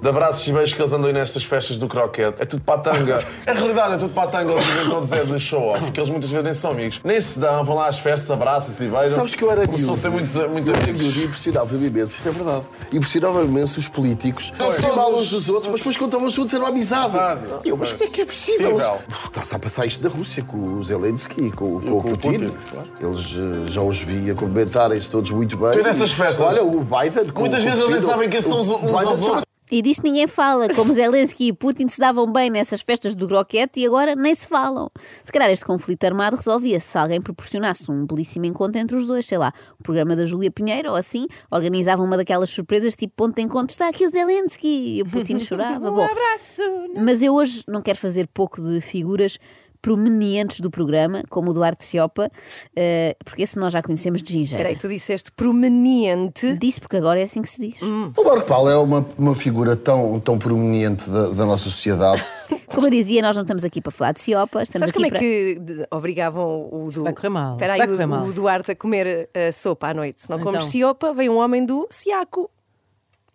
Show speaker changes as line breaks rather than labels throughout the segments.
de abraços e beijos que eles andam aí nestas festas do croquete é tudo patanga. É realidade, é tudo patanga. Eles vivem todos é de show-off, porque eles muitas vezes nem são amigos. Nem se dão, vão lá às festas, abraçam-se e beijam.
Sabes que eu era
Começou a
miúdo.
ser muito, muito
Eu era
amigos.
miúdo e impressionava imenso, isto é verdade. Impressionava imenso os políticos.
Todos.
Estimavam uns dos outros, mas depois quando estavam juntos era uma amizade.
Amizade.
E Eu, mas como é que é possível? Eles-
Possível.
Está-se a passar isto na Rússia com o Zelensky e com, com o
com o
Putin.
Putin, claro.
Eles eh, já os vi a cumprimentarem-se todos muito bem.
Tu nessas
E,
festas?
Olha, o Biden. com-
Muitas
com
vezes
o
eles nem
Putin,
sabem quem são uns-
o
uns
Biden
aos
só-
outros.
E disto ninguém fala, como Zelensky e Putin se davam bem nessas festas do croquete e agora nem se falam. Se calhar este conflito armado resolvia-se se alguém proporcionasse um belíssimo encontro entre os dois, sei lá, o programa da Júlia Pinheiro ou assim, organizava uma daquelas surpresas tipo ponto de encontro, está aqui o Zelensky e o Putin
Um
chorava. Bom,
abraço.
mas eu hoje não quero fazer pouco de figuras prominentes do programa, como o Duarte Ciopa, eh, porque esse nós já conhecemos de
Espera
gingeira.
aí, tu disseste promeniente.
Disse porque agora é assim que se diz.
Hum.
O Marco Paulo é uma, uma figura tão, tão prominente da, da nossa sociedade.
Como eu dizia, nós não estamos aqui para falar de Ciopa, estamos
Sabes
aqui
como é
para...
que de- obrigavam o
vai correr mal,
Espera
isto vai
aí,
correr
o,
mal.
o Duarte a comer eh, sopa à noite. Se não comes
Então.
siopa, vem um homem do Siaco.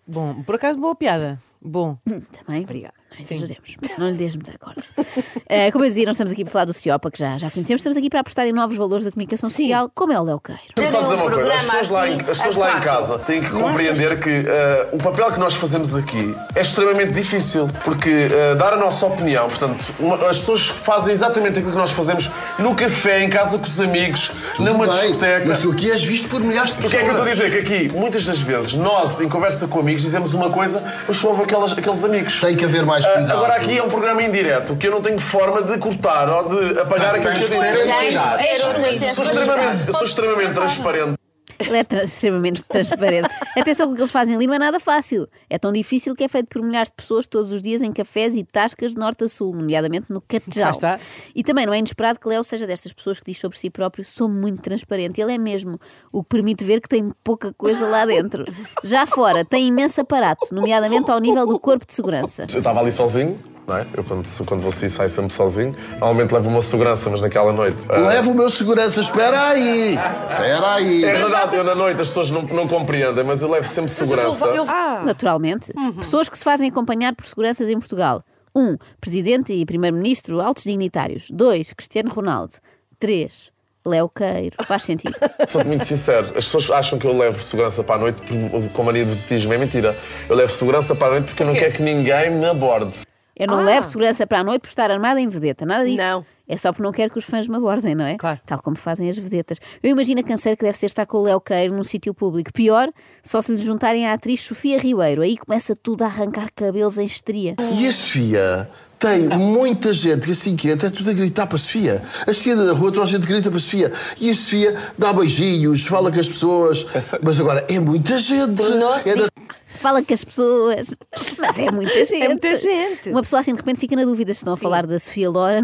Bom, por acaso boa piada. Bom.
Hum, Também.
Obrigada.
Não exageremos. Não lhe dês muita corda. Eh, como eu dizia, não estamos aqui para falar do CIOPA, que já, já conhecemos, estamos aqui para apostar em novos valores da comunicação social, como é o Leuqueiro.
Só dizer
um
uma coisa, as pessoas, lá, em,
assim,
as pessoas lá em casa têm que compreender que eh, o papel que nós fazemos aqui é extremamente difícil, porque eh, dar a nossa opinião, portanto, uma- as pessoas fazem exatamente aquilo que nós fazemos no café, em casa com os amigos, numa
bem,
discoteca.
mas tu aqui és visto por milhares de
O que é que eu estou a
pessoas.
dizer? Que aqui, muitas das vezes, nós, em conversa com amigos, dizemos uma coisa, mas só houve aquelas- aqueles amigos. Tem
que haver mais cuidado.
agora aqui é um programa em direto, que eu não tenho forma de cortar ou de apagar
Ah, Tens
aquilo que eu
que ter Tens
disse.
cuidado.
que ter outro
Sou
um
acesso
extremamente-
limitado.
Sou extremamente transparente.
Ele é trans- extremamente transparente. Atenção que o que eles fazem ali não é nada fácil. É tão difícil que é feito por milhares de pessoas todos os dias em cafés e tascas de norte a sul, nomeadamente no Catejal.
Já está.
E também não é inesperado que Léo seja destas pessoas que diz sobre si próprio sou muito transparente. Ele é mesmo, o que permite ver que tem pouca coisa lá dentro. Já fora, tem imenso aparato, nomeadamente ao nível do corpo de segurança.
Eu estava ali sozinho, não é? Eu quando, quando vou sair, saio sempre sozinho. Normalmente levo uma segurança, mas naquela noite. ah,
Leva o meu segurança, espera aí! Espera aí!
É verdade, eu na noite as pessoas não, não compreendem, mas eu levo sempre segurança.
Ah. Naturalmente. Pessoas que se fazem acompanhar por seguranças em Portugal. 1. Um, presidente e primeiro-ministro altos dignitários. 2. Cristiano Ronaldo. 3. Léo Queiro. Faz sentido.
Sou-te muito sincero, as pessoas acham que eu levo segurança para a noite por- com mania de vetismo. É mentira. Eu levo segurança para a noite porque eu não quero que ninguém me aborde.
Eu não levo segurança para a noite por estar armada em vedeta. Nada disso. Ah. Não. É só porque não quero que os fãs me abordem, não é? Claro. Tal como fazem as vedetas. Eu imagino a canseira que deve ser estar com o Léo Queiro num sítio público. Pior, só se lhe juntarem à atriz Sofia Ribeiro. Aí começa tudo a arrancar cabelos em estria.
E a Sofia tem muita gente que assim que entra é tudo a gritar para a Sofia. A Sofia anda na rua, toda a gente grita para a Sofia. E a Sofia dá beijinhos, fala com as pessoas. Mas agora é muita gente. É da-
Fala com as pessoas. Mas é muita gente.
É muita gente.
Uma pessoa assim de repente fica na dúvida se estão a falar da Sofia Loren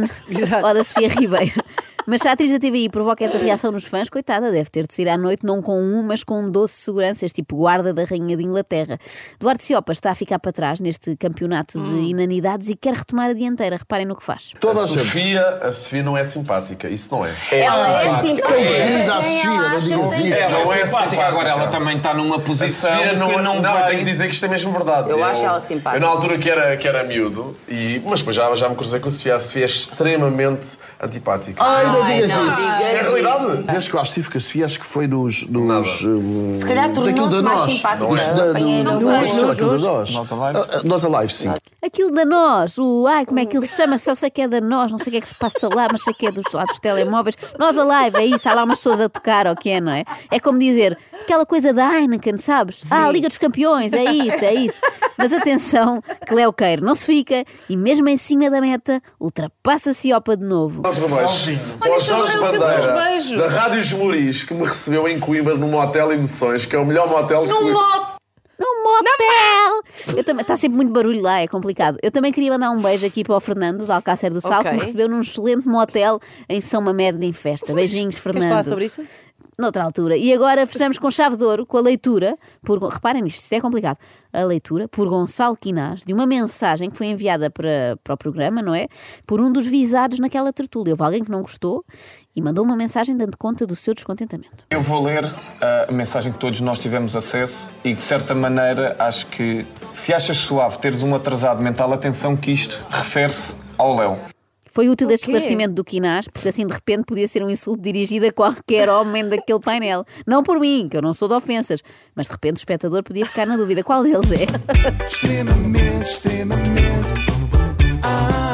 ou da Sofia Ribeiro. Mas se a atriz da TVI provoca esta reação nos fãs, coitada, deve ter de sair à noite não com um, mas com 12 seguranças, tipo guarda da Rainha de Inglaterra. Duarte Siopa está a ficar para trás neste campeonato de inanidades e quer retomar a dianteira. Reparem no que faz.
a, Sofia, a Sofia não é simpática, isso não é. assim
Ela é simpática.
Tão
É.
querida a
Quem
Sofia,
ela
não
acha
digas
bem.
isso.
Ela
Não
é simpática, agora ela também está numa
A
posição
Sofia
Então, que não,
não, eu
vai...
tenho que dizer que isto é mesmo verdade.
Eu acho ela simpática.
Eu na altura que era, que era miúdo, e, mas depois já, já me cruzei com a Sofia. A Sofia é extremamente antipática.
Ai, não digas isso.
É a realidade.
Desde que eu acho que estive com a Sofia, acho que foi nos. nos hum,
Se calhar
daquilo da
tornou-se mais
Nós. é?
simpática.
Isso
é?
Eu
da-
apanhei
do-
no
do-
Nós.
será aquilo da
Nós.
Nós. Ah, ah, Nós Alive, sim.
Aquilo da nós, o ai, como é que ele se chama? Só sei que é da nós, não sei o que é que se passa lá, mas sei que é dos, lá dos telemóveis. Nós a live, é isso, há lá umas pessoas a tocar, ou que é, não é? É como dizer aquela coisa da Heineken, sabes? Ah, Liga dos Campeões, é isso, é isso. Mas atenção, que Léo Queiro não se fica e mesmo em cima da meta ultrapassa a Ciopa de novo.
Outra vez. Para o
isto
Jorge
agora eu
Bandeira,
tenho uns beijos.
da Rádio Esmoriz, que me recebeu em Coimbra num motel Emoções, que é o melhor motel que
Num motel! Num motel! Eu também Está sempre muito barulho lá, é complicado. Eu também queria mandar um beijo aqui para o Fernando, de Alcácer do Sal,
Ok.
que me recebeu num excelente motel em São Mamed em festa. Beijinhos, Fernando.
Queres falar sobre isso?
Noutra altura. E agora fechamos com chave de ouro, com a leitura, por, reparem nisto, isto é complicado. A leitura, por Gonçalo Quinás, de uma mensagem que foi enviada para, para o programa, não é? Por um dos visados naquela tertúlia. Houve alguém que não gostou e mandou uma mensagem dando conta do seu descontentamento.
Eu vou ler uh, a mensagem que todos nós tivemos acesso e que, de certa maneira, acho que se achas suave teres um atrasado mental, atenção que isto refere-se ao Léo.
Foi útil
O
este
quê?
esclarecimento do Quinás, porque assim de repente podia ser um insulto dirigido a qualquer homem daquele painel. Não por mim, que eu não sou de ofensas, mas de repente o espectador podia ficar na dúvida qual deles é.
Extremamente, extremamente. Ah,